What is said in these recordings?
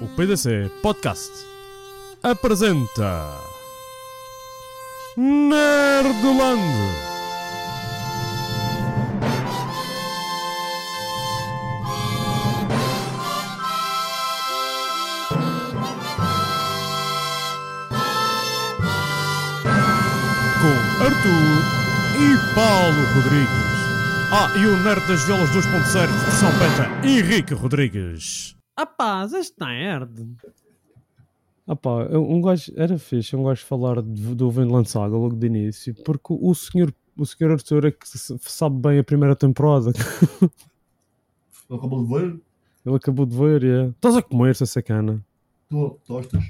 O PDC Podcast apresenta Nerdland. Com Arthur e Paulo Rodrigues. Ah, e o Nerd das Violas 2.0 de São Peta, Henrique Rodrigues. Rapaz, este nerd. Ah pá, eu- um gajo, era fixe um gajo falar de- do Vinland Saga logo de início, porque o senhor, o senhor Arthur é que se- sabe bem a primeira temporada. Eu acabo de ver, Ele acabou de ver e é... Estás a comer, Tá essa sacana? estou tostas,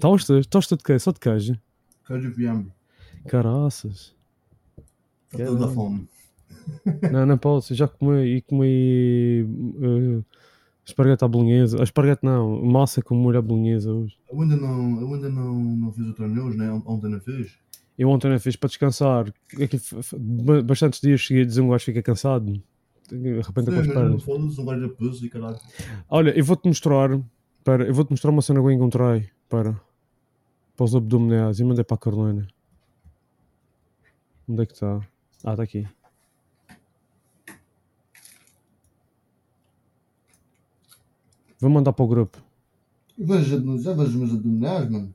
Tostas? Tosta de quê? Só de queijo? queijo e fiambre. Caraças. Está toda a Tá fome. Não, não posso, já comi e comi... eh, esparguete à bolonhesa. Ah, Esparguete não, massa com molho à bolonhesa hoje. Eu ainda não, eu ainda não, não fiz o treino hoje, né? Ontem não fiz. Eu ontem não fiz para descansar. Aquilo f- f- ba- Bastantes dias seguidos um gajo fica cansado. De repente com as Sim, pernas. mas foda-se, um gajo é peso e caralho. Olha, eu vou-te mostrar. Para, eu vou-te mostrar uma cena que eu encontrei. Para. Para os abdominais. E mandei para a Carolina. Onde é que está? Ah, está aqui. Vou mandar para o grupo. Eu vejo abdominais- Já vejo os meus abdominais, mano.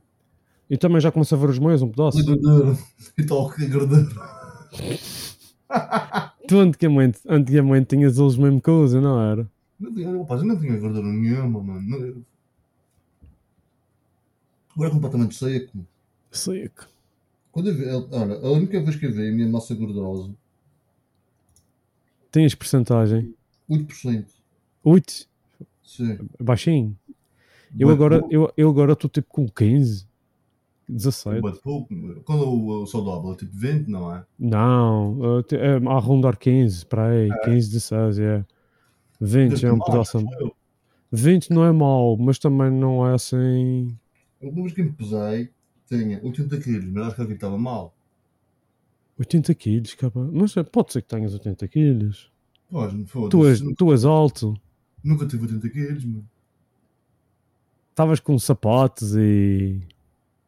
E também já comecei a ver os meus, um pedaço. De gordeiro. E tal, que gordeiro. Tu antigamente, antigamente tinhas eles mesmo coisa, não era? Não tinha, rapaz, eu não tinha gordura nenhuma, mano. Não- Agora é completamente seco. Seco. Quando eu vi, eu- olha, a única vez que eu vi a minha massa gordurosa, Tinhas percentagem. 8%. 8. Sim. Baixinho. Eu Bué agora, pouco, eu, eu agora estou tipo com 15. 17. bué pouco. Quando o, o saudável é tipo 20, não é? Não, eh, te- eh, a rondar 15, para aí, 15, 16, é. 20 é um Deve ter pedaço. mais, eu. 20 não é mau, mas também não é assim. A última vez que me pesei tinha 80 quilos, mas acho que aqui estava mal. 80 quilos, capaz. Mas eh, pode ser que tenhas 80 quilos. Pois, me Tu és, foda-se. nu- tu és alto, Nunca tive 80 quilos, mano. estavas com sapatos e.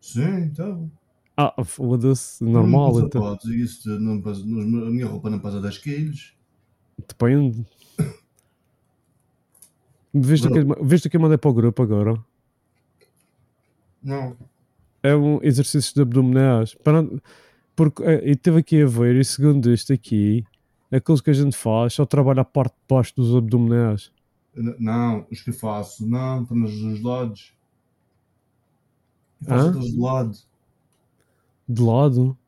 Sim, estava. Ah, foda-se, normal. Não Então, sapatos, e isso tudo, não pesa, nos- a minha roupa não pesa 10 quilos. depende. um- Viste o que, viste o que eu mandei para o grupo agora? Não. é um exercício de abdominais. Para, porque eh, eu estive aqui a ver, e segundo isto aqui, aqueles que a gente faz só trabalha a parte de baixo dos abdominais. Eu n- Não, os que faço, não, estão nos dos lados. Eu faço Hã? aqueles de lado. De lado.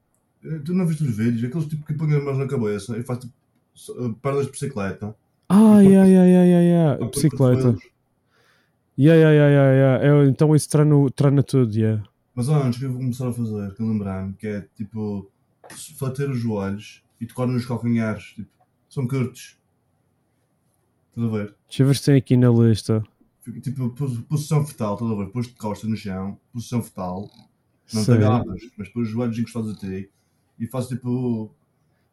Eh, Tu não viste os vídeos? Aqueles tipo que põem as mãos na cabeça e faz tipo so- eh, pernas de bicicleta. Ai, Enquanto- ai, ai, ai, ai, ai. Há Bicicleta. quantos anos? Yeah, yeah, yeah, yeah, yeah. Eu- então isso treina, treina tudo, yeah. Mas há anos que eu vou começar a fazer, que eu lembrar-me, que é tipo bater os joelhos e tocar nos calcanhares, tipo, são curtos. Estás a ver? Deixa eu ver se tem aqui na lista. Fica, Tipo, pos- posição fetal, estás a ver? Pôs de costas no chão, posição fetal, não te Sei. agarras, mas pôs os joelhos encostados a ti e faz tipo.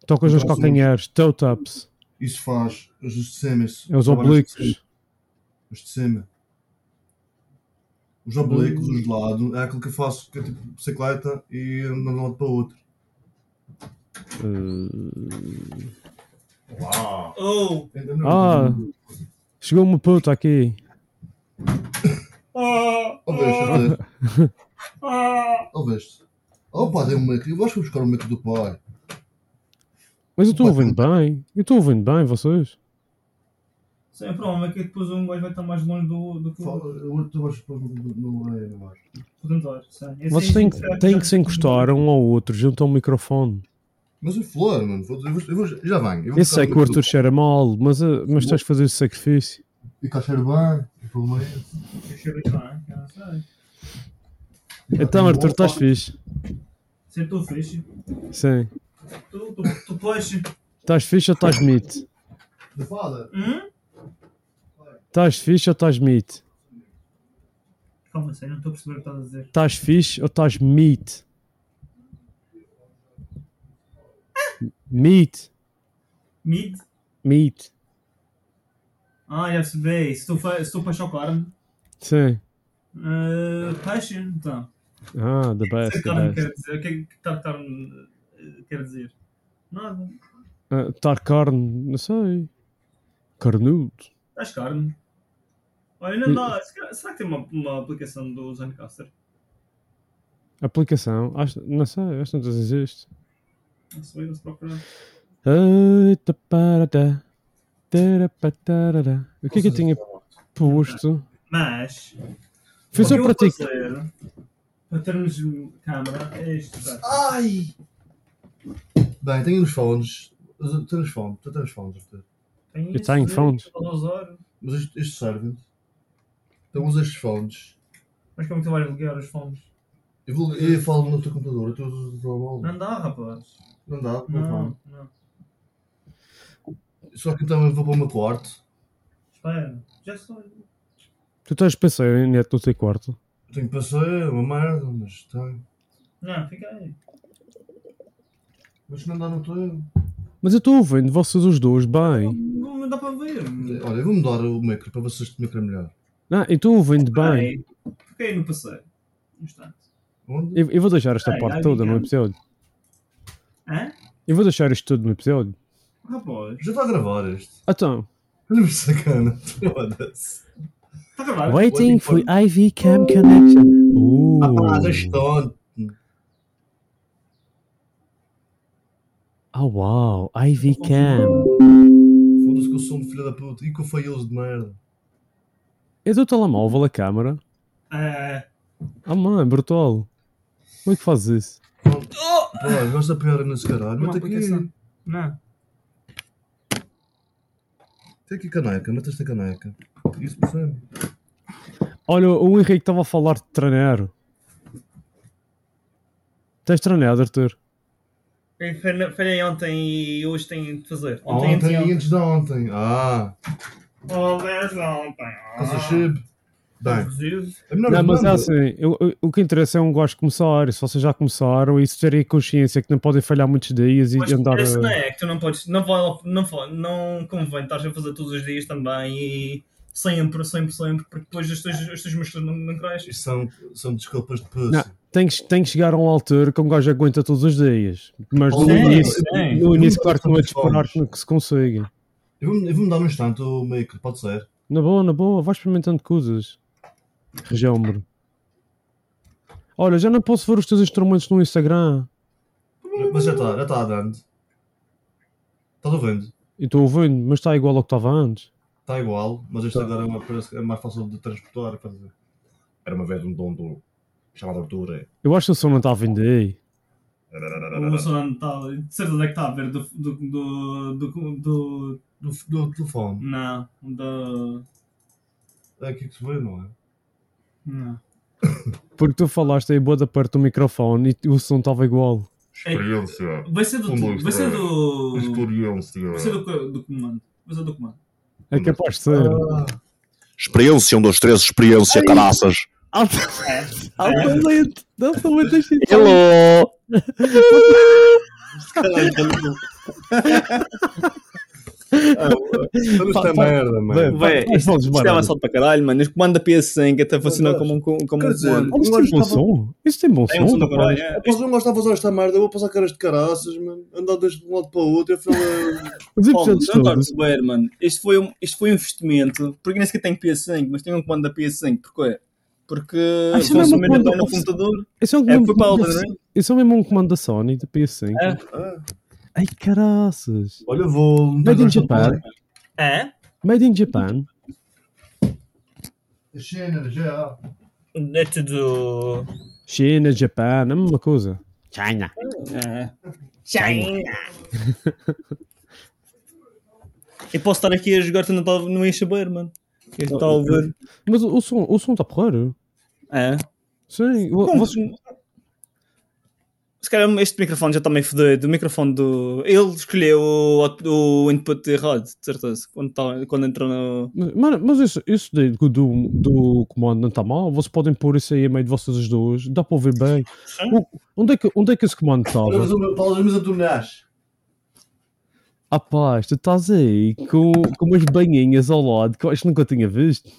Tocas nos Então, calcanhares, toe taps, Isso faz os de cima. isso- é os trabalha os de cima, oblíquos. Os de cima. Os oblíquos, os de lado, é aquilo que eu faço, que é tipo bicicleta e ando de um lado para o outro. Uau! Oh! Ainda não- Ah. Chegou uma puta aqui. Ah, Oh! Ouveste, ah. Oh! ouveste. Opa, deu um mic. Eu acho que vou buscar o mic do pai. Mas eu estou ouvindo bem. Eu estou ouvindo bem, vocês. Sim, o problema é que depois um gajo vai estar mais longe do, do que o outro. O outro tu vais pôr no- no no meio, não vais? Podemos dar, sim. Esse é Vocês aí têm, será- têm que se encostar um ao outro junto ao microfone. Mas o flor, mano, foda-se, eu vou, eu vou- já venho. vou Eu ficar sei que no- é o Arthur cheira mal, mas, ah, mas tens de fazer esse sacrifício. E cá cheiro bem, e pelo meio. Deixa é eu ver cá, eu não sei. Então, Arthur, estás fixe? Se eu estou é fixe, Sim. tu, tu, tu peixe. Estás fixe ou estás mito? De fada. Hum? Estás fixe ou estás mito? Calma, sei, não estou a perceber o que estás a dizer. Estás fixe ou estás meat? Meat, Mid? meat. Ah, já percebi. Se tu, fe- se tu peixe ao carne, Sim. eh, peixe, então. Ah, the best, Se the carne best. quer dizer, o que é que tar- carne eh, quer dizer? Nada. Ah, Estar carne, não sei. Carnudo. Estás carne. Olha, Hum. não dá. se calhar- Será que tem uma, uma aplicação do Zencaster? Aplicação, acho, não sei, acho que não existe. Não sei, não se procura. Ai, taparada, tarapatarada. O que é que eu tinha posto? Mas. Foi o que só eu para vou ti. fazer, Para termos câmara, é isto. tá? Ai! Bem, tenho os fones. Tens fones, tu tens fones, Arthur. Tem Eu tenho isso, tá né? Tipo, fones. pode usar. Mas este, este serve Então usa estes fones. Mas como é que tu vais ligar os fones? Eu, vou, eu falo no teu computador, eu estou usando o telemóvel. Não dá, rapaz. Não dá, não, Não, não. vai. Só que então eu vou para o meu quarto. Espera. Já estou. Tu estás a pensar em neto no teu quarto? Tenho passeio, uma merda, mas tá. tenho. Não, fica aí. Mas não dá no teu. Mas eu estou ouvindo vocês os dois bem. Não, não dá para ver. Olha, eu vou mudar o micro para vocês te micro é melhor. Não, Ah, eu estou ouvindo bem. Ai, Fiquei no passeio. Um instante. Onde? Eu, eu vou deixar esta Ai, parte ai, toda no cara. episódio. Hã? Eu vou deixar isto tudo no episódio. Rapaz. Já está a gravar este. Então, Olha-me sacana. Foda-se. Está Tá a gravar? waiting for IV cam connection. Uh, Ah, pá, já estou. ah, uau, IV cam. Foda-se que eu sou um filho da puta. E que eu falhoso de merda. É do telemóvel a câmara? É. Ah, mãe, brutal. Como é que fazes isso? Pá, gosto de apoiar nesse caralho. Uma Mete aqui. aplicação. Não. Tem aqui caneca, mete esta caneca. Isso percebe? Olha, o Henrique estava a falar de treinar. Tens treinado, Arthur? Eu falhei- É, Falhei ontem e hoje tenho de fazer. Ontem, antes e antes de ontem. Ah, Ontem, antes de Oh, ontem. Ah, essa chip. Bem, Jesus. é melhor Não, mas é banda. assim, eu- eu- o que interessa é um gosto de começar. E se vocês já começaram, e se terem consciência que não podem falhar muitos dias e Mas andar. esse a- não é que tu não podes, não vale, não vale, não convém, estás a fazer todos os dias também e sempre, sempre, sempre, porque depois os teus, os teus músculos não, não crescem. Isto são, são desculpas de pussy. Não, tem que, tem que chegar a um altura que um gajo aguenta todos os dias. Mas no Sim, início, sim. no início claro que não é de Muitos fones. esperar que que se consiga. Eu vou, eu vou mudar um instante o micro, pode ser? Na boa, na boa, vais experimentando coisas. Região-me. Olha, já não posso ver os teus instrumentos no Instagram. Mas já está, já está dando. Estás ouvindo? E estou ouvindo, mas está igual ao que estava antes. Está Tá igual, mas este agora é, uma, parece que é mais fácil de transportar. quer dizer. Era uma vez um dom do chamado Arthur. é. Eu acho que o som não tá está a vender. O Solano está, de certeza é que está a ver do, do, do, do, do- Do, do telefone. não, do, É aqui que se vê, não é? não. Porque tu falaste aí boa da parte do microfone e o som estava igual. Experiência. Vai ser do, Um, dois, vai ser três. do, vai ser Experiência. do, do comando, vai ser do comando. É capaz de ser. Experiência, um, dois, três, experiência, caraças. Altamente! Altamente! Altamente! achei- Hello! Vamos esta merda, mano. Vai, Véi, vai, isto, vamos, isto mano. é avançado para caralho, mano. Este comando da PS5 até funciona como um co- como Quer um dizer, comando. Olha, Isso tem bom som? Isso tem bom Tem um som? som do rapaz. caralho, é. Após não gostar de fazer esta merda, eu vou passar caras de caraças, mano. Andar desde um lado para o outro, eu falei. Os Paulo, episódios não está a todos. perceber, mano. Isto foi, um, isto foi um investimento. Porque nem sequer tenho PS5, mas tenho um comando da PS5. Porquê? Porque Ah, isso não é uma consumir conta até no oficial. computador. Isso é, um É, comando foi para a da- Elden Ring. isso é mesmo um comando da Sony, da PS5. Ai, caraças. Olha, eu vou. Made in Japan. É? Made in Japan. As cenas, já. É tudo. China, Japan, a mesma coisa. China. É. China! Eu posso estar aqui a jogar, tu não, tá- não ias saber, mano. Eu estou a ouvir. Mas o o som o som está porreiro. É. Sim, vo- Como? vocês- Se calhar este microfone já está meio fodido. O microfone do. Ele escolheu o, out- o input errado, de certeza. Quando, tá, quando entrou no. Mas- Mano, mas isso, isso daí do, do, do comando não está mal. Vocês podem pôr isso aí a meio de vocês os dois. Dá para ouvir bem. O- onde, é que, onde é que esse comando Olha, estava? o meu Paulo, mas abdominais. Ah, pá, tu estás aí com, com umas banhinhas ao lado que eu acho que nunca tinha visto.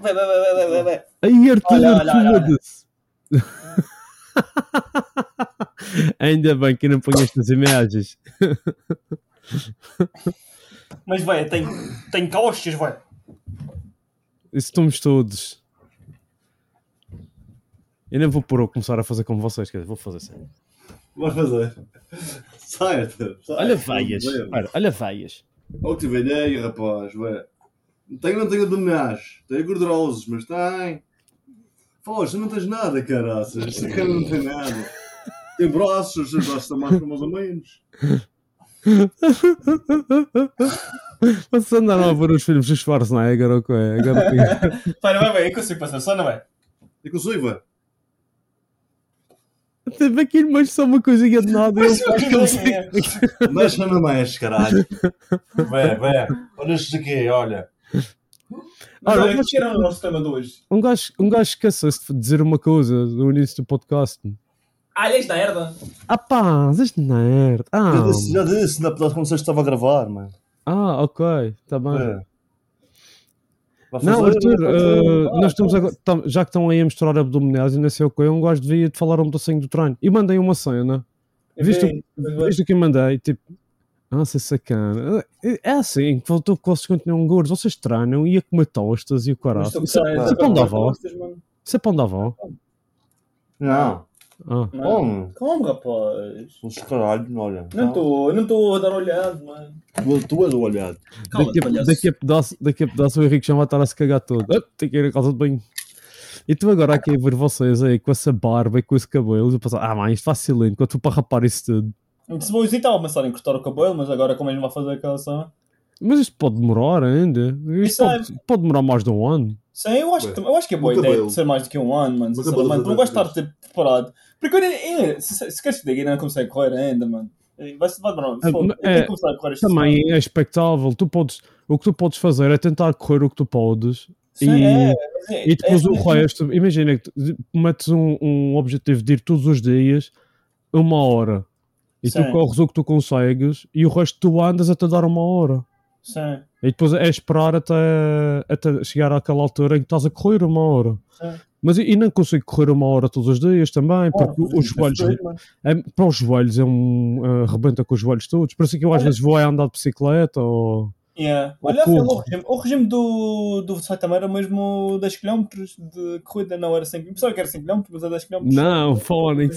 Vai, vai, vai, vai, vai, vai, vai. Aí, Arthur, Olha, olha, olha, olha. foda-se. Ainda bem que não ponho estas imagens. Mas vai, tem, tem caostas, vai. Estamos todos. Eu nem vou pôr a começar a fazer como vocês, quer dizer, vou fazer assim. Vais fazer. Sai, Arthur. sai. Olha veias. Vai. Olha, olha veias. Ou tive ideia, rapaz, ué. Não Tenho não tenho abdominais. Tenho gordurosos, mas tem. Foz, tu não tens nada, caraças. Esse cara não tem nada. Tem braços, os seus braços estão mais ou mais ou menos. Vocês andaram a ver os filmes do Schwarzenegger ou quê? Agora tem- Vai, vai, vai, eu consigo passar, só não vai. E consigo, ué. teve aqui mais só uma coisinha de nada. Eu acho que ele Mexa não mexe, caralho. Vé, vé. Olha isto aqui, olha. Mas Ora, olha, Ah, mas- que era o nosso tema de hoje. Um gajo, um gajo esqueceu-se de dizer uma coisa no início do podcast. Ah, és da herda. Ah pá, és nerd. Já Ah, disse, já disse, na pedaço quando vocês estavam a gravar, mano. ah ok, está bem. Ué. Vai Não, É. fazer, Arthur, vai fazer. eh, Ah, nós estamos agora, tam- já que estão aí a misturar abdominais e não sei o que, um gajo devia de falar um pedacinho do treino. E mandei uma cena. Viste, o- viste o que eu mandei? Tipo, ah, sei sacana. É é assim, que voltou que vocês continuam gordos. Vocês treinam e a comer tostas e o caralho. Mas tu Isso é tens- isso é pão da avó. Gostas, mano? Isso é pão da avó. Não. Ah. Como? Como, é? rapaz? Os caralho, olha. Não estou, não estou a dar olhado, mano. Tu- Tu és o olhado. Cala-te, Daqui a, palhaço. daqui, a pedaço, daqui a pedaço o Henrique já vai estar a se cagar todo. Ah, tem que ir à casa de banho. E tu agora aqui a ver vocês aí com essa barba e com esse cabelo, eu pensar, ah, mãe, isto facilmente, quando tu para rapar isso tudo. Se bom, eu estava a pensar em cortar o cabelo, mas agora como é que vai fazer aquela cena? Mas isto pode demorar ainda. Isto Isso pode, pode demorar mais de um ano. Sim, eu acho, que, eu acho que é boa Nunca ideia vou. de ser mais do que um ano, mano. Nunca Sinceramente, vou não gosto de fazer estar tipo, preparado. Porque eu nem, eu- se, se queres que diga, eu não comecei a correr ainda, mano. Vai se vai demorar. Ah, Fogo, Eu mas, tenho é, que começar a correr esta semana. Também é expectável. Tu podes, o que tu podes fazer é tentar correr o que tu podes Sim, e- é, mas é- e tipo depois é- o resto. Imagina que tu metes um, um objetivo de ir todos os dias uma hora e tu Sim. corres o que tu consegues e o resto tu andas até dar uma hora. Sim. E depois é esperar até, até chegar àquela altura em que estás a correr uma hora. Sim. Mas e não consigo correr uma hora todos os dias também, Oh, porque os joelhos, é- para os joelhos é um é, rebenta com os joelhos todos. Por isso é que eu às vezes vou a andar de bicicleta ou. Yeah. O Olha, afinal, o corro. regime, o regime do, do Saitama era mesmo 10 km de corrida, não era 5 km. Pensava que era 5 km, mas é 10 km. Não, fone.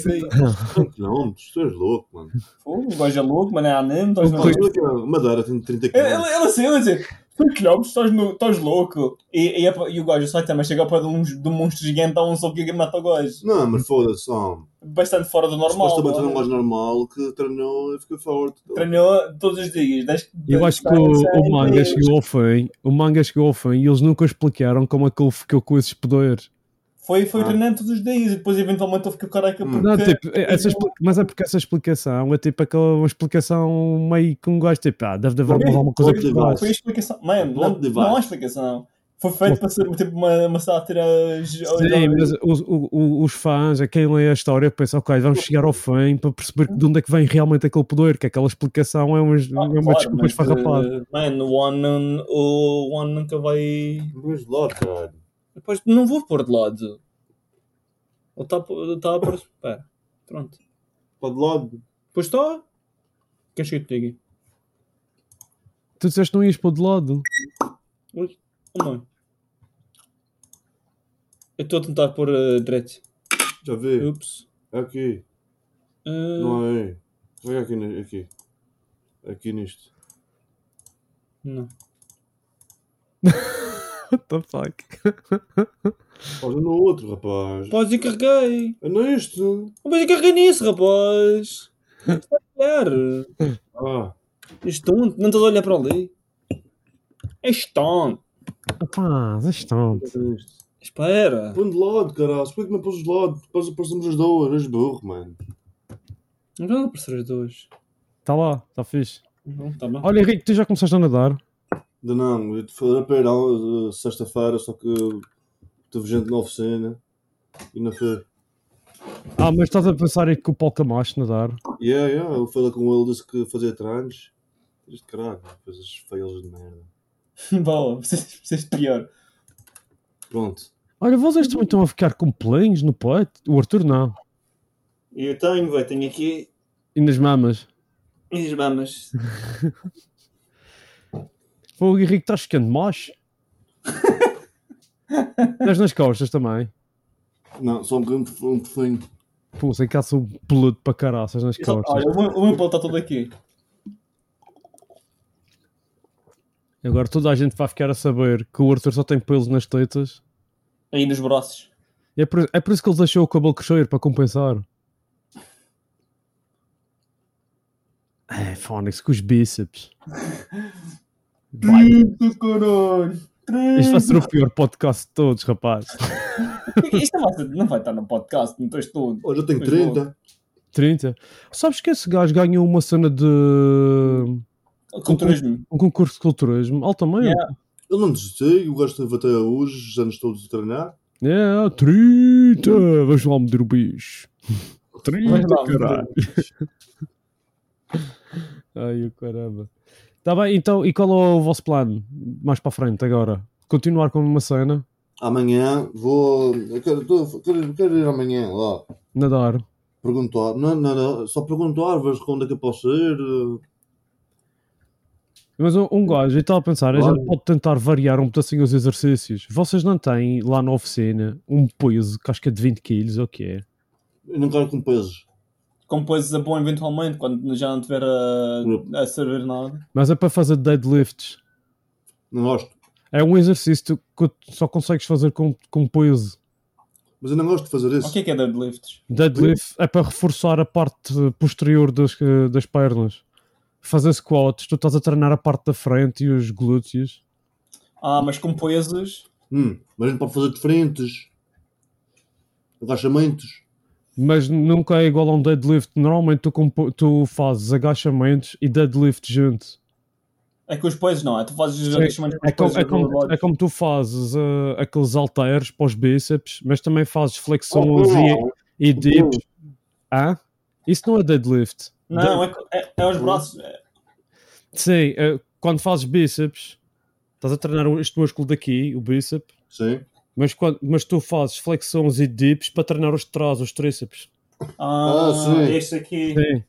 Não, tu és louco, mano. Fogo, o gajo é louco, mas não é anime. Estás O na- Rui- Olha que a Madeira tem 30 Ele, quilos. ele, ele assim, ele assim, tu quilómetros, estás, no- estás louco. E, e, é pa- e o gajo só também chega para de um, de um monstro gigante, dá um soco e mata o gajo. Não, mas foda-se, homem. Bastante fora do normal. Supostamente era não é? um gajo normal que treinou e fica forte. Treinou todos os dias. Desde, Eu acho que o, é o manga chegou ao fim, o manga chegou ao fim e eles nunca explicaram como é que ele ficou com esses poderes. Foi, foi Ah. treinando todos os dias e depois eventualmente houve que o caraca. Hum. porque- Não, tipo, é- essa expli- mas é porque essa explicação é tipo aquela uma explicação meio que um gajo tipo, ah, deve de haver Foi- alguma coisa foi- por Não, trás. foi a explicação. Mano, não, Plot device. não é há explicação. Foi feito para ser tipo uma, uma sátira. Sim, mas os, o- o- os fãs, a quem lê a história, pensa, ok, vamos chegar ao fim para perceber de onde é que vem realmente aquele poder, que aquela explicação é uma, é uma desculpa esfarrapada. Mano, eh, o One, não- o One nunca vai. Mas lá, caralho. Depois não vou pôr de lado. Ele está tá a pôr. Espera. Pronto. Para de lado. Pois está. Queres que eu te diga? Tu disseste que não ias pôr de lado. Calma aí. Eu estou a tentar pôr eh, direito. Já vi. Ups. É aqui. Ah, Não é aí. Vai aqui, ne- aqui. Aqui nisto. não. What the fuck? Olha no outro, rapaz. Rapaz, eu carreguei. É neste. Mas eu carreguei nisso, rapaz. Está a olhar. Ah, És tonto. Não estás a olhar para ali. É És tonto. Pá, já estão. é neste. Espera. Põe de lado, caralho. Por que não pôs de lado? Depois aparecemos as duas. És burro, mano. Não vão aparecer as duas. Está Tá lá, está fixe. Não, está bem. Olha, Henrique, tu já começaste a nadar. Ainda não. Eu te falei para ir lá, eh, sexta-feira, só que teve gente na oficina. E não foi. Ah, mas estás a pensar aí que o Paulo Camacho nadar. Yeah, yeah. Eu falei com ele, disse que fazia trans. Este caralho, coisas feias de merda. Boa, vocês vocês de pior. Pronto. Olha, vocês também estão a ficar com planos no peito? O Arthur não. Eu tenho, velho. Tenho aqui E nas mamas. as mamas. Fogo, Henrique, estás ficando mocho. estás nas costas também. Não, só um bocadinho de um fofinho. Pô, sem caça um peludo para caraças nas Só- costas. Olha, o meu- o meu pau está todo aqui. Agora toda a gente vai ficar a saber que o Arthur só tem pelos nas tetas. Aí nos braços. E é por, é por isso que ele deixou o cabelo crescer para compensar. É, Fónix com os bíceps. Vai. Trito, caralho. Este vai Trito. ser o pior podcast de todos, rapaz. Isto não vai, ser- não vai estar no podcast, não estás todo. Olha, eu tenho Pois 30. 30. Sabes que esse gajo ganhou uma cena de. um Culturismo. concurso de culturismo? Ele também. Yeah. Eu não desisti, o gajo esteve até hoje, os anos todos a treinar. Yeah, 30. É, Vamos lá medir o bicho. 30, Vamos lá, caralho. Ai, o caramba. Tá bem, então, e qual é o vosso plano mais para a frente agora? Continuar com uma cena? Amanhã vou. Eu quero, tô- quero, quero ir amanhã lá. Nadar? Perguntar. Não, não, não. Só perguntar, vejo onde é que eu posso ir. eh, Mas um, um gajo, eu estava a pensar, a Olha. gente pode tentar variar um pedacinho os exercícios. Vocês não têm lá na oficina um peso que acho que é de 20 quilos, ou o que é? Eu não quero com pesos. Como coisas a bom eventualmente, quando já não tiver a, a servir nada. Mas é para fazer deadlifts. Não gosto. É um exercício que tu só consegues fazer com, com peso. Mas eu não gosto de fazer isso. O que é que é deadlifts? Deadlift é para reforçar a parte posterior das, das pernas. Fazer squats, tu estás a treinar a parte da frente e os glúteos. Ah, mas com coisas. Hum, mas a gente pode fazer diferentes. Agachamentos. Mas nunca é igual a um deadlift. Normalmente tu, compo- tu fazes agachamentos e deadlift junto. É com os pesos não, é tu fazes Sim. agachamentos com É como, coisas. é como- é como tu fazes eh, aqueles halteres para os bíceps, mas também fazes flexões Oh, e, e dips. Ah? Isso não é deadlift. Não, é, co- é, é os braços. É, Sim, eh, quando fazes bíceps, estás a treinar este músculo daqui, o bíceps, Sim. mas, quando- mas tu fazes flexões e dips para treinar os de trás, os tríceps. ah, Ah, sim. este aqui. Sim.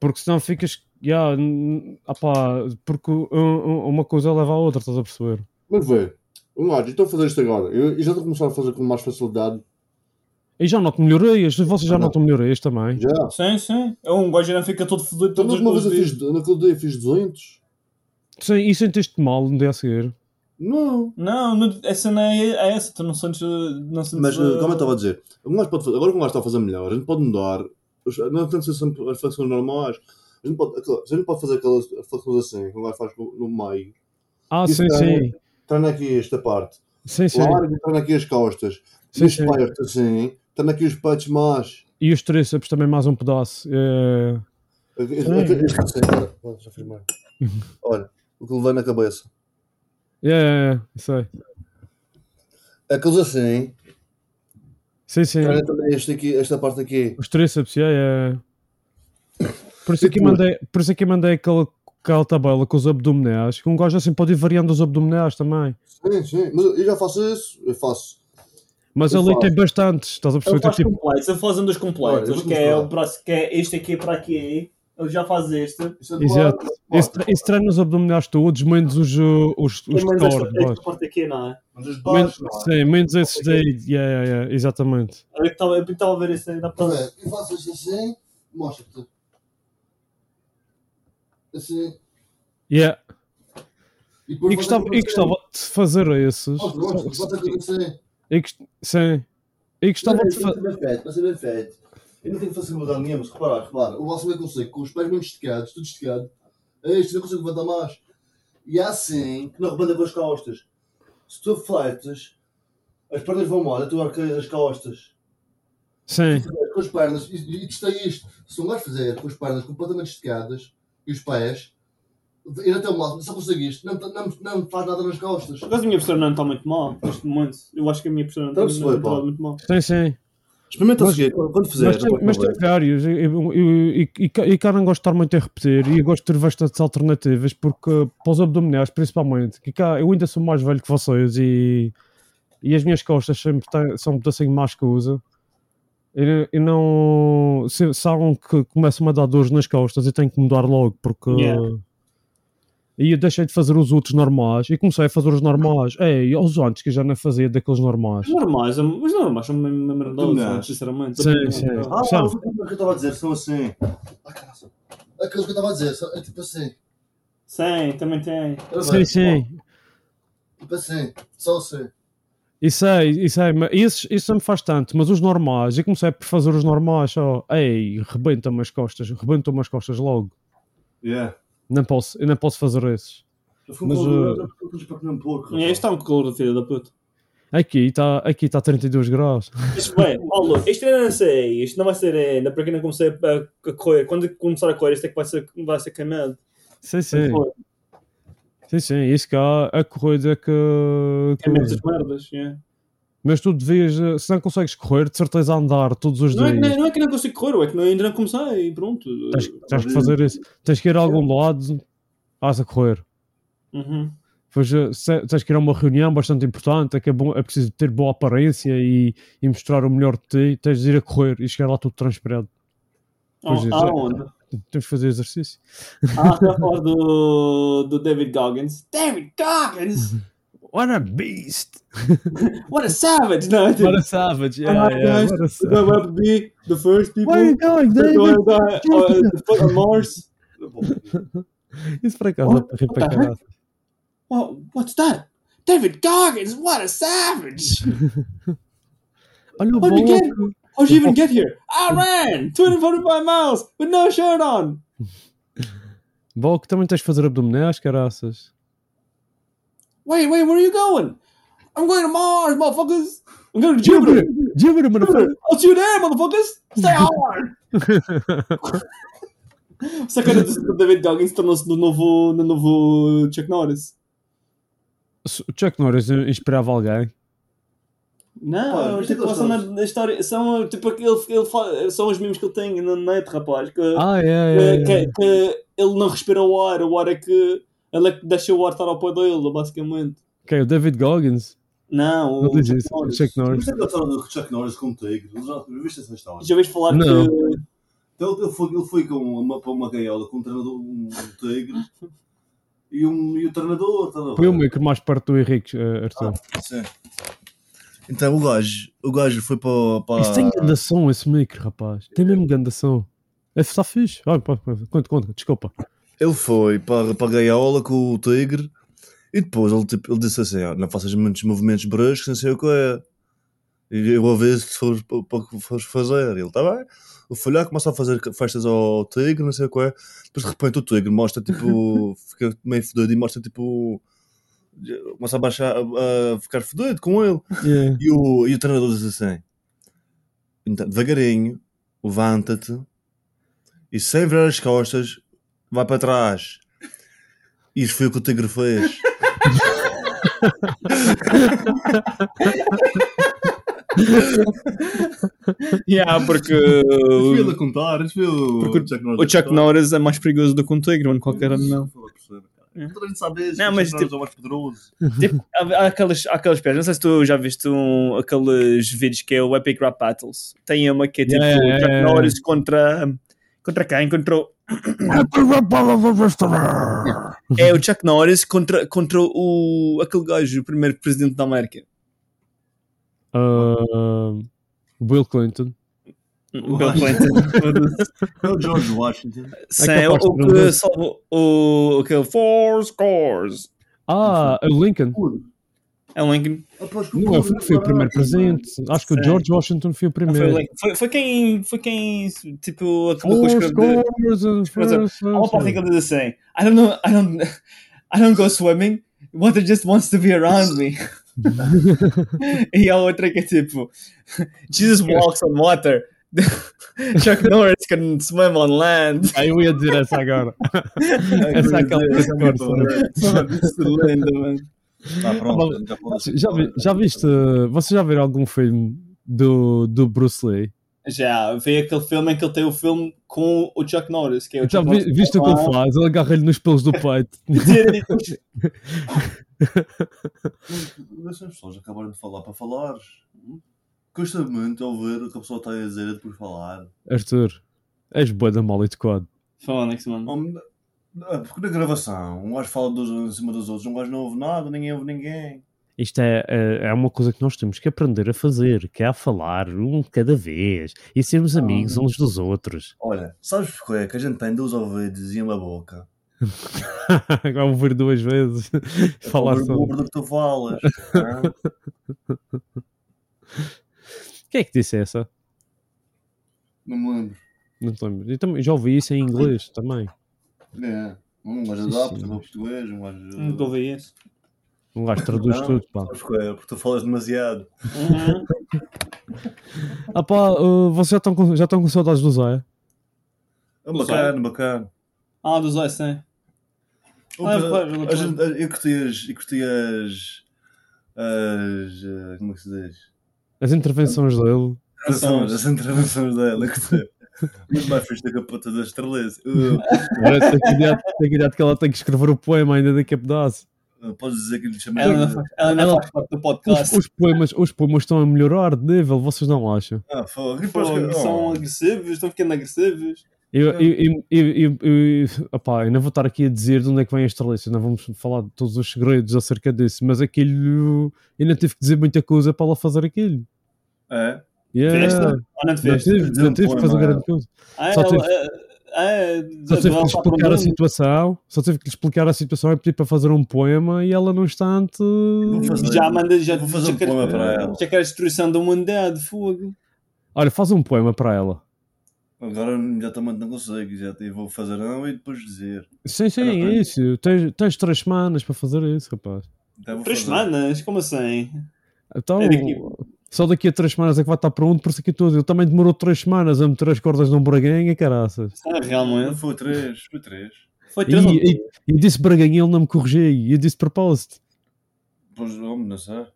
Porque senão ficas. Yeah, n- apá, porque um- um- uma coisa leva à outra, estás a perceber? Mas vê. Um gajo, eu estou a fazer isto agora. Eu, eu já estou a começar a fazer com mais facilidade. E já noto melhorias, vocês já Não. notam melhorias também. Já. Sim, sim. É um gajo não fica todo fodido Então, na todos última os vez eu dias. fiz, naquele dia eu fiz 200. Sim, e sentiste mal no dia a seguir? Não. Não, não, essa não é, é essa, tu não sentes. uh, Não sentes Mas uh, eh, como eu estava a dizer, o gajo pode fazer, agora que o gajo está a fazer melhor, a gente pode mudar, os- não tem que ser sempre as flexões normais, a gente pode, aquela- a gente pode fazer aquelas flexões assim, que o gajo faz no, no meio, Ah, Isso sim, é- sim. treina aqui esta parte, Sim, sim. larga, treina aqui as costas, Sim, este sim. perto assim, treina aqui os peitos mais, E os tríceps também mais um pedaço. É, este este assim, olha, olha, já fiz mais. Uhum. olha, o que levei na cabeça, é, isso aí. aqueles assim, Sim, sim. treina também este aqui, esta parte aqui, Os tríceps, é, é. Por isso, E é que eu tu? mandei, por isso é que eu mandei aquela, aquela tabela com os abdominais, que um gajo assim pode ir variando os abdominais também. sim, sim, mas eu já faço isso, eu faço, Mas Eu ali faço. tem bastantes, estás a Ele perceber? Tem faz tipo, completos, ele faz um dos Olha, completos. eu vou que é, mostrar. o braço, que é este aqui para aqui. Ele já faz este. isso é de lado, exato. Esse, esse treino os abdominais todos, menos os, uh, os, os Pelo menos esta- torres. esta parte aqui, não é? mas os de Menos, baixo, não é? sim, menos esses daí, yeah, yeah, yeah, exatamente. Eu estava eu estava a ver isso aí na Tá parte. bem, eu faço isto assim, mostra-te. Assim. Yeah. E, depois E volta gostava, para e você. gostava, de fazer a esses. Aos brotos, bota aqui você. E que, sim. E gostava Vai de ser fazer. é bem feito, vai ser bem feito. Eu não tenho facilidade nenhuma, mas repara, repara. O Balsam é consigo, com os pés muito esticados, tudo esticado. É isto, não consigo levantar mais. E é assim que não rebanda com as costas. Se tu fletes, as pernas vão mal, tu arqueias as costas. Sim, Com as pernas, e, e testei isto. Se não vais fazer com as pernas completamente esticadas e os pés, ir até o máximo, só conseguiste, não, não, não faz nada nas costas. Por acaso a minha postura não está muito mal neste momento. Eu acho que a minha postura não Tá está super, muito, pá. muito mal. sim, sim. Experimenta Mas- seguir, quando quando Mas tem, mas tem vários. E, e, e, e, e cara, não gosto de estar muito a repetir. E eu gosto de ter bastantes alternativas. Porque para os abdominais, principalmente, que cá, eu ainda sou mais velho que vocês. E, e as minhas costas sempre têm, são um pedacinho mais que uso. E, e não. Se, se há um que começa-me a dar dores nas costas, eu tenho que mudar logo. Porque. Yeah. E eu deixei de fazer os outros normais e comecei a fazer os normais. Ei, aos antes que eu já não fazia daqueles normais. Os É normais, os normais são mesmo uma merda, Abdominais. sinceramente. Sim, sim. Ah, Sabe? mas o que eu estava a dizer, são assim. Ah, caralho. Aquilo que eu estava a dizer, são- é tipo assim. Sim, também tem. Era Sim, bem, sim. Tipo assim, só assim. Isso aí, isso aí, mas isso, isso não me faz tanto, mas os normais, eu comecei por fazer os normais, só, ei, rebenta-me as costas, rebentam-me as costas logo. Yeah. Não posso, eu não posso fazer esses. Eu fui Mas, com uh, eu fui com os para comer um porco. E este está um calor, filha da puta. Aqui está aqui tá 32 graus. Isto bem, Paulo, isto ainda não sei, isto não vai ser ainda, para quem não comecei a, a correr, quando começar a correr, isto é que vai ser, vai ser queimado. Sim, sim. Sim, sim, isso cá, a corrida que... que- Queimado essas merdas, yeah. Mas tu devias, eh, se não consegues correr, de certeza andar todos os não, é, que dias. nem- não é que não consigo correr, é que não- ainda não comecei e pronto. Tens, tens que fazer isso. Tens que ir a algum lado, has a correr. Uhum. Pois, eh, se- tens que ir a uma reunião bastante importante, é, que é, bom, é preciso ter boa aparência e, e mostrar o melhor de ti, tens de ir a correr e chegar lá tudo transpirado. Ah, Pois é, já- Aonde? Temos que fazer exercício. Ah, está a falar do, do David Goggins. David Goggins! Uhum. What a beast! What a savage! Não, é What tipo, a savage! Yeah, Ah, yeah, guys, what a we savage. will be the first people Where are you going, to David? go on the foot on Mars. Isso para casa, What? para rir para What the caralho. What, what's that? David Goggins! What a savage! Olha o What you get? bolo! How'd you even get here? I ran 245 miles with no shirt on. Bolo que também tens de fazer abdominais, caraças. Wait, wait, where are you going? I'm going to Mars, motherfuckers. I'm going to Jupiter. Júbilo, mano! Jupiter. I'll see you there, motherfuckers. Stay hard. Essa cara do do David Goggins tornou-se no novo, no novo Chuck Norris. Se O Chuck Norris inspirava alguém. Não, Pá, mas tipo, mas são na, todos. na história, são tipo aquele, ele fa- são os mesmos que ele tem na net, rapaz. Que, Ah, é, é, que, é. que- que ele não respira o ar, o ar é que ele é que deixa o ar estar ao pé dele, basicamente. Quem? O David Goggins? Não, o Não diz Chuck isso. O Norris. Chuck Norris. Mas é que eu estava do Chuck Norris contigo, tu já tu viste essa história. Já ouviste falar Não. que Então ele foi, ele foi com uma, para uma gaiola com um treinador, um tigre e, um, e o treinador. estás a ver? Põe o micro mais perto do Henrique, eh, Arthur. Sim. Então o gajo, o gajo foi para. Ah, para... Isso tem grande som, esse micro, rapaz. Tem mesmo grande som. É, está fixe. Olha, pá, pá, conta, conta, desculpa. Ele foi para, para a gaiola com o tigre e depois ele, tipo, ele disse assim: "Ah, não faças muitos movimentos bruscos, não sei o que é. E eu ouvi se fores para para o que fores fazer. Ele está bem. O folhar começa a fazer festas ao tigre, não sei o que é. Depois de repente o tigre mostra tipo, fica meio fedido e mostra tipo, começa a baixar, a, a ficar fedido com ele. Yeah. E o, e o treinador diz assim: então, devagarinho, levanta-te e sem virar as costas, vai para trás. Isso foi o que o Tigre fez. Yeah, porque uh, a contar, isso foi o, Porque Chuck o Chuck Norris é mais perigoso do que um tigre, mano, qualquer animal. Toda a gente sabe isso, É. Não, o mas Chuck Norris tipo- é o mais poderoso. Tipo, há, há aqueles, há aqueles piadas. Não sei se tu já viste um, aqueles vídeos que é o Epic Rap Battles. Tem uma que é tipo Yeah, yeah, Chuck yeah, Norris contra. Contra quem? Contra. o- É o Chuck Norris contra, contra o. aquele gajo, o primeiro presidente da América. Ah, Bill Clinton. Bill Clinton. É o George Washington. Sim, É o, capaz de o perder. que salvou o, aquele Four Scores. Ah, o Lincoln. É um Lincoln. Após que Não, foi, foi o primeiro presente. Acho que o Sim. George Washington foi o Não, foi, o primeiro. Lincoln. foi, foi quem. Foi quem. Tipo, acabou com Four os cabelos. scores and Por exemplo, first- Há uma parte que ele diz assim: I don't know, I don't, I don't go swimming, water just wants to be around me. e a outra que é tipo: Jesus walks on water. Chuck Norris can swim on land. Ah, eu ia dizer essa agora. essa é aquela que agora. Isso é lindo, mano. Tá Ah, pronto. já posso- Já, vi- já viste? Vocês já viram algum filme do, do Bruce Lee? Já, vê aquele filme em que ele tem o filme com o Chuck Norris, que é o Já Chuck vi- Norris. viste o que ele faz? Ele agarra-lhe nos pelos do peito. Deixa as pessoas acabarem de falar para falar. Custa muito ouvir o que a pessoa está a dizer e depois falar. Arthur, és boi da mal adequado. Fónix, mano. Homem, ah, Porque na gravação, um gajo fala dos, em cima dos outros, um gajo não ouve nada, ninguém ouve ninguém. Isto é, é, é uma coisa que nós temos que aprender a fazer, que é a falar um de cada vez e sermos Ah. amigos uns dos outros. Olha, sabes porquê? Que a gente tem dois ouvidos e uma boca. Agora ouvir duas vezes falar sobre sobre. do que tu falas. Ah, Quem é que disse essa? não me lembro. Não te lembro. Eu também, já ouvi isso em inglês também. É. Um gajo Sim, adapta, sim. um gajo português, um gajo. Nunca ouvi isso. Um gajo traduz Não, tudo, pá. Sabes porquê? Porque tu falas demasiado. Uhum. Ah pá, uh, vocês já estão com, já estão com saudades do Zé? É bacana, bacana. Ah, dos dois, sim. Ah, claro, Opa, claro. a gente- eu curti as. Eu curti as. as, eh, como é que se diz? As intervenções dele. As, Intervenções. as intervenções dela. eu curti. Muito mais fixe do que a puta da estreleza. Agora tem que ideia- tem que ideia de que ela tem que escrever o poema ainda daqui a pedaço. Podes dizer que lhe chamei. Ela não faz, ela não Ela- faz parte do Os, podcast. os poemas, os poemas estão a melhorar de nível, vocês não acham? Ah, fogo. E depois que- Pô, Tipo, São oh, agressivos, estão ficando agressivos. Eu, eu, eu, eu, eu, eu- opá, eu não vou estar aqui a dizer de onde é que vem a estrelice, não vamos falar de todos os segredos acerca disso, mas aquilo eu não tive que dizer muita coisa para ela fazer aquilo. É. Fez? Yeah. Ou não te Não fez? tive, não tive que fazer um Poema. é. grande coisa. Ah, Só ela- teve- ah, é, Só teve que lhe ela fala para explicar o a Bruno. situação, só teve que lhe explicar a situação e pedir para fazer um poema e ela num instante. Vou fazer. Já manda, já, Vou fazer já um quer- poema para ela. Já quer a destruição da humanidade, fogo. Olha, faz um poema para ela. Agora imediatamente não consigo. Já eu vou fazer não e depois dizer. Sim, sim, Era é bem. isso. Tens, tens três semanas para fazer isso, rapaz. Até vou Três fazer. semanas? Como assim? Então, É daqui- só daqui a três semanas é que vai estar pronto, por isso que eu estou a dizer. Ele também demorou três semanas a meter as cordas num braganha, caraças. Ah, Não realmente. foi três, foi três. Foi E, três ou e, e disse braganha e ele não me corrigiu. E eu disse de propósito. Pois, homem, não sei.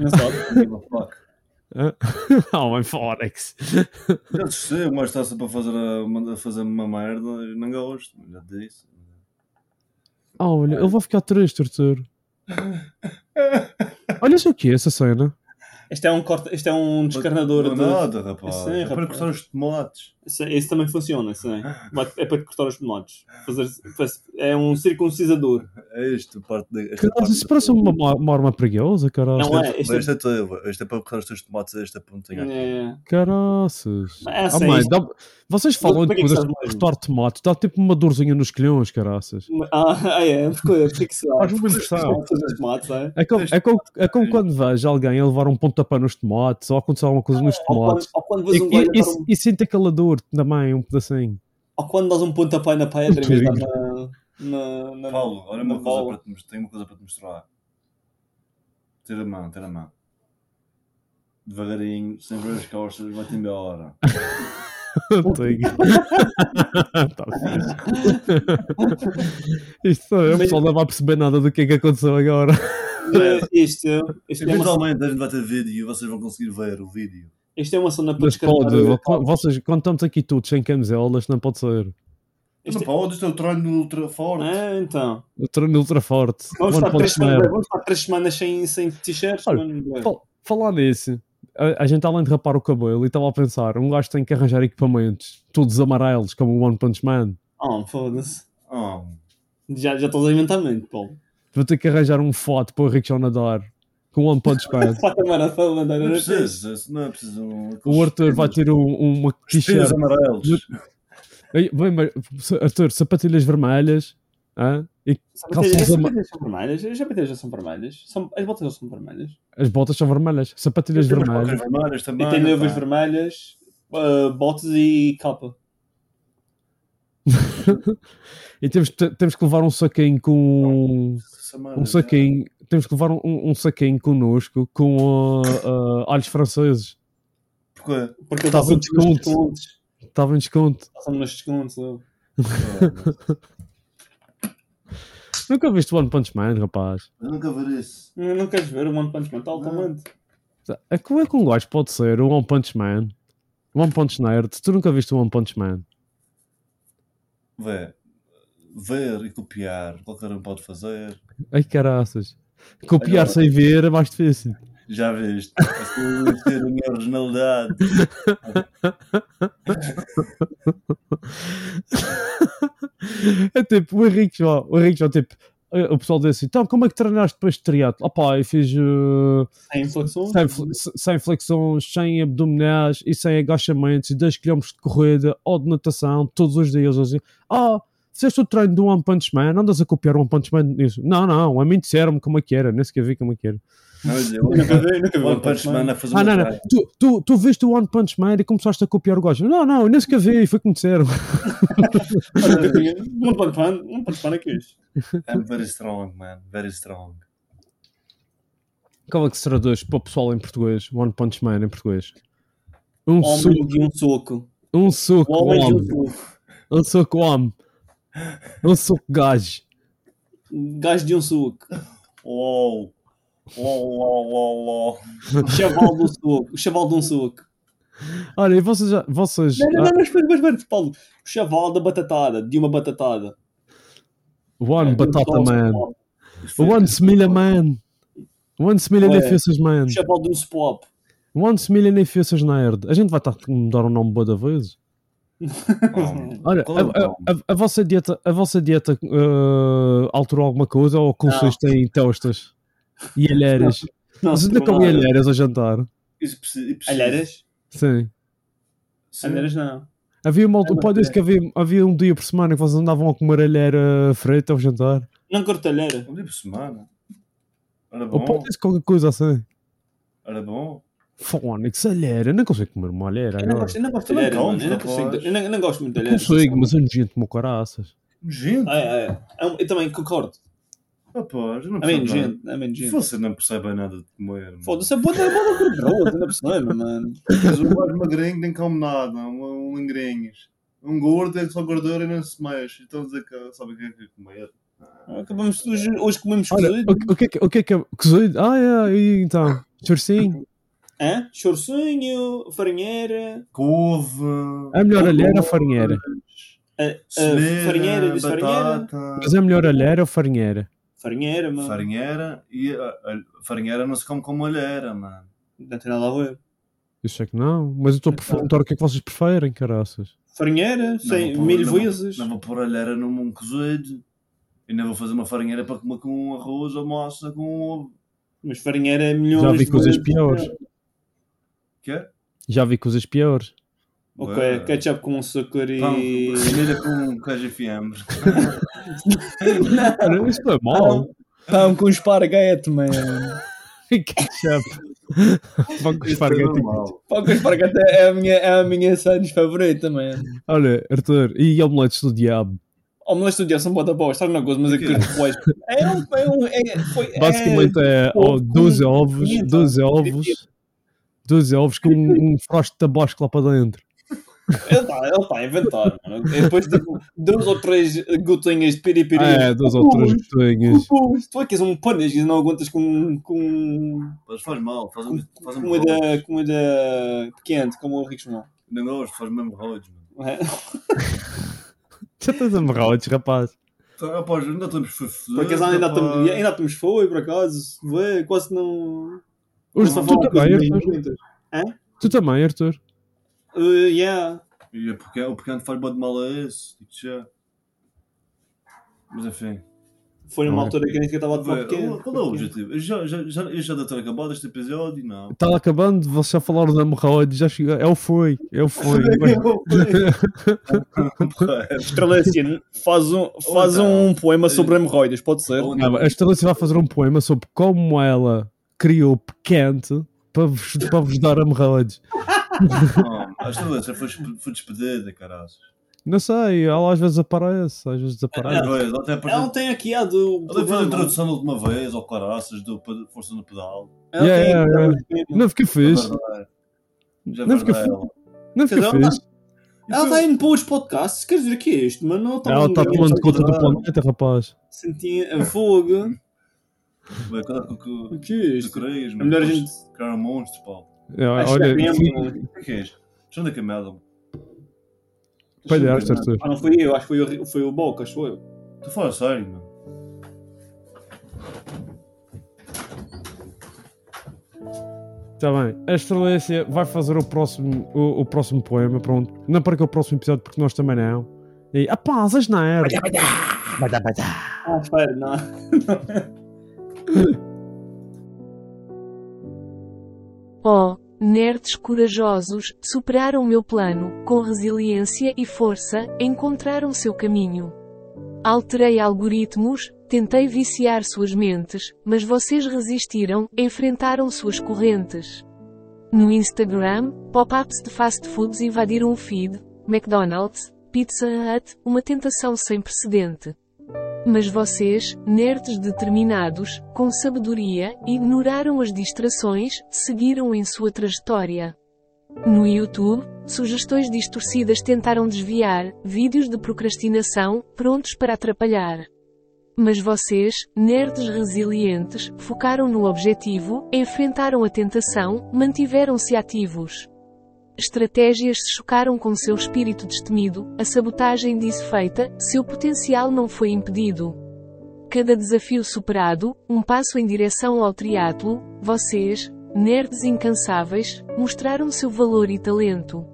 Não sabe. Give a fuck. Ah, oh, my Forex. Já sei, mas está-se para fazer, a, manda- fazer uma merda e não gosto. Já te disse. Oh, olha, ele vai ficar triste, Arthur. Olha isso aqui, essa cena. Este é um, corta, este é um descarnador Não, de. nada, rapaz. Sim, é para rapaz. cortar os tomates. Sim, Esse também funciona, sim. Bate- É para te cortar os tomates. Fazer, faz- é um circuncisador. É isto, parte da. esta Caraças, parte isso da- parece uma, uma arma preguiçosa, caraças. um Não é? Isto Esta- é- Esta é tua, esta é para cortar os teus tomates, esta pontinha. aqui. É, Caraças. Ah, Ah, sim, mãe, isto- dá- vocês falam de Para que é que coisas serve de mesmo? retorte tomate, dá tipo uma dorzinha nos colhões, caraças. ah, ah, é, porque fixar. Faz um uma impressão. Fazer os tomates, é? É como, é como- é como quando vejo alguém a levar um pontapé nos tomates ou acontecer alguma coisa nos Ou quando, tomates ou quando e, vês um e- gajo a dar e- um- e sinto aquela dor também, um pedacinho. ou quando dás um pontapé na pedra em vez de dar na, na, na, Paulo, olha uma na coisa bola. para te, mos- tenho uma coisa para te mostrar. Tira a mão, tira a mão. Devagarinho, sem ver as costas, vai-te embora. Tá fixe. Isto sou eu, o pessoal não vai perceber nada do que é que aconteceu agora. Mas Isto, isto, é uma, Eventualmente a gente vai ter vídeo e vocês vão conseguir ver o vídeo. isto é uma cena para Mas descartar. pode, vocês, quando estamos aqui todos sem camisolas, não pode ser. Tu Isto não podes, isto é o treino ultra forte. Ah, então. O treino ultra forte. Vamos One estar, três Punch Man. semanas, vamos estar três semanas sem, sem t-shirts, é. Olha, mano. Fal- Falar nisso, a, a gente além de rapar o cabelo, e estava a pensar, um gajo tem que arranjar equipamentos, todos amarelos, como o One Punch Man. Ah, foda-se. Ah, Já, já estás a inventar muito, Paulo. Vou ter que arranjar um foto para o Rick nadar com o One Punch Man. Para a câmara, para mandar. não é preciso, isso não é preciso. o Arthur vai ter um- uma Os pelos t-shirt. amarelos. Ei, Bem, mas, se- Arthur, sapatilhas vermelhas, Hã? E Sapatilhas, Calções as ama- sapatilhas são vermelhas? As sapatilhas já são vermelhas? São, as botas já são vermelhas? as botas são vermelhas, sapatilhas Temos vermelhas. vermelhas também. e tem luvas pá. vermelhas, ah, botas e capa. E temos, te- temos que levar um saquinho com. Essa merda, Um saquinho. Temos que levar um, um saquinho connosco com ah, ah, alhos franceses. já. Porquê? Porque eles Tá passam bom, nos desconto. descontos. Estava em Tá desconto. Passam nos descontos. eu. Nunca viste One Punch Man, rapaz. Eu nunca ver isso. Não, não queres ver o One Punch Man? Está altamente. A- Como é que um gajo pode ser um One Punch Man? Um One Punch Nerd? Tu nunca viste um One Punch Man? Vê. Ver e copiar, qualquer um pode fazer. Ai caraças. Copiar sem ver é mais difícil. Já viste? Assim ter a minha originalidade. É tipo, o Henrique já, o Henrique já tipo, eh, o pessoal diz assim, então como é que treinaste depois de triatlo? Opá, eu fiz eh, Tem inflexões? sem, fle- se- sem flexões, sem abdominais e sem agachamentos e 10 km de corrida ou de natação todos os dias. Assim, ah, fizeste o treino do One Punch Man, andas a copiar o One Punch Man nisso. Não, não, a mim disseram-me como é que era, nem sequer vi como é que era. Não, mas eu- Nunca vi, nunca vi One Punch Man a fazer Ah, uma não, não. praia. Tu, tu, tu viste o One Punch Man e começaste a copiar o gajo. Não, não, eu nem sequer vi, foi como disseram. Olha, eu tinha- One Punch Man, One Punch Man é que é isto. I'm very strong, man. Very strong. Como é que se traduz para o pessoal em português? One Punch Man em português. Um soco, Homem de um soco. um soco O homem de homem. um soco. Um soco homem. Um soco gajo. Gajo de um soco. Uou! Uou, uou, uou, uou. Chaval de um soco. Chaval de um soco. Olha, e vocês já. Vocês, Não, não, ah, não, mas espera, espera, espera, Paulo. O chaval da batatada, de uma batatada. One Batata Um Man. spop. One Semilha Man. One Semilha Ué. Nefiças Man. O chaval de um spop. One Semilha Nefiças Nerd. A gente vai estar a mudar o nome boa da vez. Não. Olha, Qual é o a, a- nome? a- a vossa dieta, a vossa dieta eh, alterou alguma coisa ou consiste em tostas? E alheiras? Não, Vocês ainda não, comem alheiras ao jantar? Isso precisa. isso precisa- Alheiras? Sim. Sim. Alheiras não. Havia uma É, altura, pode dizer que havia, havia um dia por semana que vocês andavam a comer alheira frita ao jantar. Não curto alheira. Um dia por semana. Era Ou pode bom. dizer qualquer coisa assim. Era bom. Fónix, alheira, não consigo comer uma alheira Eu não agora. gosto, eu não gosto de Eu não alheira, como, mano. Eu não rapaz. consigo- eu não- eu não gosto muito de alheira. Consigo, mas é nojento como caraças. Gente, É, é, é. É um- Eu também concordo. rapaz, eu não É bem percebo gente, é bem nada. gente. Você não percebe nada de comer. mano. Foda-se, a bota é boa gordurosa, não percebe, mano. Mas um gajo magrinho nem come nada, um, um engrenhas. Um gordo é só gordura e não se mexe. Então dizer que sabe o que é que é comer. Acabamos, hoje, hoje comemos Olha, cozido. o, o que é que, o que é que é cozido? Ah, é, e então, chorcinho. Hã? Chorcinho, farinheira, Couve, Ah, É melhor alheira ou farinheira? celeira, farinheira, diz farinheira. batata. Mas é melhor alheira ou farinheira? farinheira, mano. Farinheira e a- a- farinheira não se come com olheira, mano. Não tem nada a ver. Eu sei que não, mas eu estou a perguntar o que é que vocês preferem, caraças. Farinheira, Não sem vou pôr- mil não vou- vezes. Não vou pôr olheira num cozido. E não vou fazer uma farinheira para comer com arroz ou massa com um ovo. Mas farinheira é milhões Já vi de coisas vezes piores. Quê? Já vi coisas piores. Ok, Ué. ketchup com açúcar e. Pão, farinheira com queijo e fiambre. Olha, Isso não é mau. Pão com esparguete, mano. Ketchup. Vão com é esparguete. Pão com esparguete é a minha, é a minha sandes favorita, mano. Olha, Arthur, e omeletes do diabo? Omelete do dia são bota boas, estás na coisa, mas é que Ok. depois. É um. É um é, foi, é- Basicamente é ovo oh, 12 com ovos, pimenta. 12 ovos, 12 ovos com um, um frost de tabasco lá para dentro. Ele está ele tá a inventar, mano. E depois de duas ou três gotinhas de piripiri. É, duas ou três gotinhas. Pus, Tu é que és um panas e não aguentas com, com, Mas faz mal, faz um, com, faz com um comida, comida pequena, como o Ricos não. Não gosto, faz mesmo rodes, mano. É? Já estás a amarrar rapaz. Então, Rapaz, ainda estamos fofudos. Por acaso ainda rapaz. estamos, ainda estamos foi, por acaso, vê, quase não. Hoje não tu também, Arthur. bonitas. Tu também, Arthur. Uh, yeah. E é porque o pequeno faz bode mal a esse. digo-te já. tipo, Mas enfim. Foi numa Ah. altura que nem sequer estava de falar pequeno. Qual qual é o objetivo? Eu já, já, já, eu já devo ter acabado este episódio? Não. Está Tá acabando, vocês já falaram da hemorroide, já chegou. É o foi, é o foi. Estrelância, faz um, faz Ou um poema sobre hemorroidas, pode ser. Ou Ah, não. A Estelância vai fazer um poema sobre como ela criou pequente para vos, para vos dar hemorroides. Não, A estelância foi, despe- foi despedida, caralho. Não sei, ela às vezes aparece, às vezes É um desaparece. Ela até Ela apareceu- não tem aqui a do. ela fez a programa. introdução da última vez, ou caraças, do pe- Força no Pedal. Ela Yeah, tem yeah, aqui a yeah. do- Não fica fixe, Já Não é não fica fica feio. não fica Cada um fixe. Ela está indo para os podcasts, quer dizer que é isto, mas não está Ela tá está tomando conta do planeta, rapaz. Sentia a fogo. Cuidado com o O que que é tu isto? creias, É melhor a gente. Cara, monstro, pau. É, Acho olha, que é mesmo. O que é isto? Chão da camela. palhaço, é, Arthur. Ah, não fui eu, acho que foi, o- foi o Bocas, foi eu. Tu fala sério, mano. Está Tá bem. A Estrelância vai fazer o próximo, o, o próximo poema, pronto. Não perca o próximo episódio porque nós também não. E, ah pá, vocês não eram. Ah, espera, não. Oh, nerds corajosos, superaram meu plano, com resiliência e força, encontraram seu caminho. Alterei algoritmos, tentei viciar suas mentes, mas vocês resistiram, enfrentaram suas correntes. No Instagram, pop-ups de fast foods invadiram o feed, McDonald's, Pizza Hut, uma tentação sem precedente. Mas vocês, nerds determinados, com sabedoria, ignoraram as distrações, seguiram em sua trajetória. No YouTube, sugestões distorcidas tentaram desviar, vídeos de procrastinação, prontos para atrapalhar. Mas vocês, nerds resilientes, focaram no objetivo, enfrentaram a tentação, mantiveram-se ativos. Estratégias se chocaram com seu espírito destemido, a sabotagem desfeita, seu potencial não foi impedido. Cada desafio superado, um passo em direção ao triatlo, vocês, nerds incansáveis, mostraram seu valor e talento.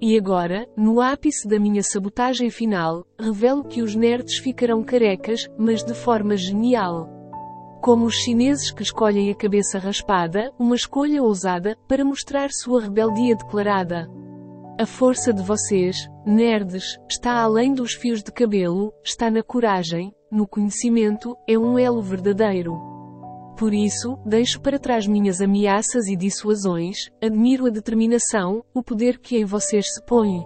E agora, no ápice da minha sabotagem final, revelo que os nerds ficarão carecas, mas de forma genial. Como os chineses que escolhem a cabeça raspada, uma escolha ousada, para mostrar sua rebeldia declarada. A força de vocês, nerds, está além dos fios de cabelo, está na coragem, no conhecimento, é um elo verdadeiro. Por isso, deixo para trás minhas ameaças e dissuasões, admiro a determinação, o poder que em vocês se põe.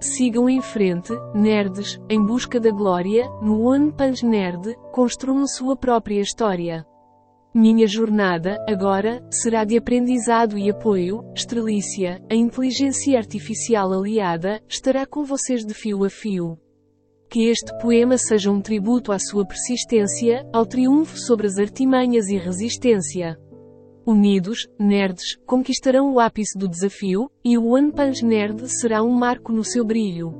Sigam em frente, nerds, em busca da glória, no One Punch Nerd, construam sua própria história. Minha jornada, agora, será de aprendizado e apoio, Estrelícia, a inteligência artificial aliada, estará com vocês de fio a fio. Que este poema seja um tributo à sua persistência, ao triunfo sobre as artimanhas e resistência. Unidos, nerds, conquistarão o ápice do desafio, e o One Punch Nerd será um marco no seu brilho.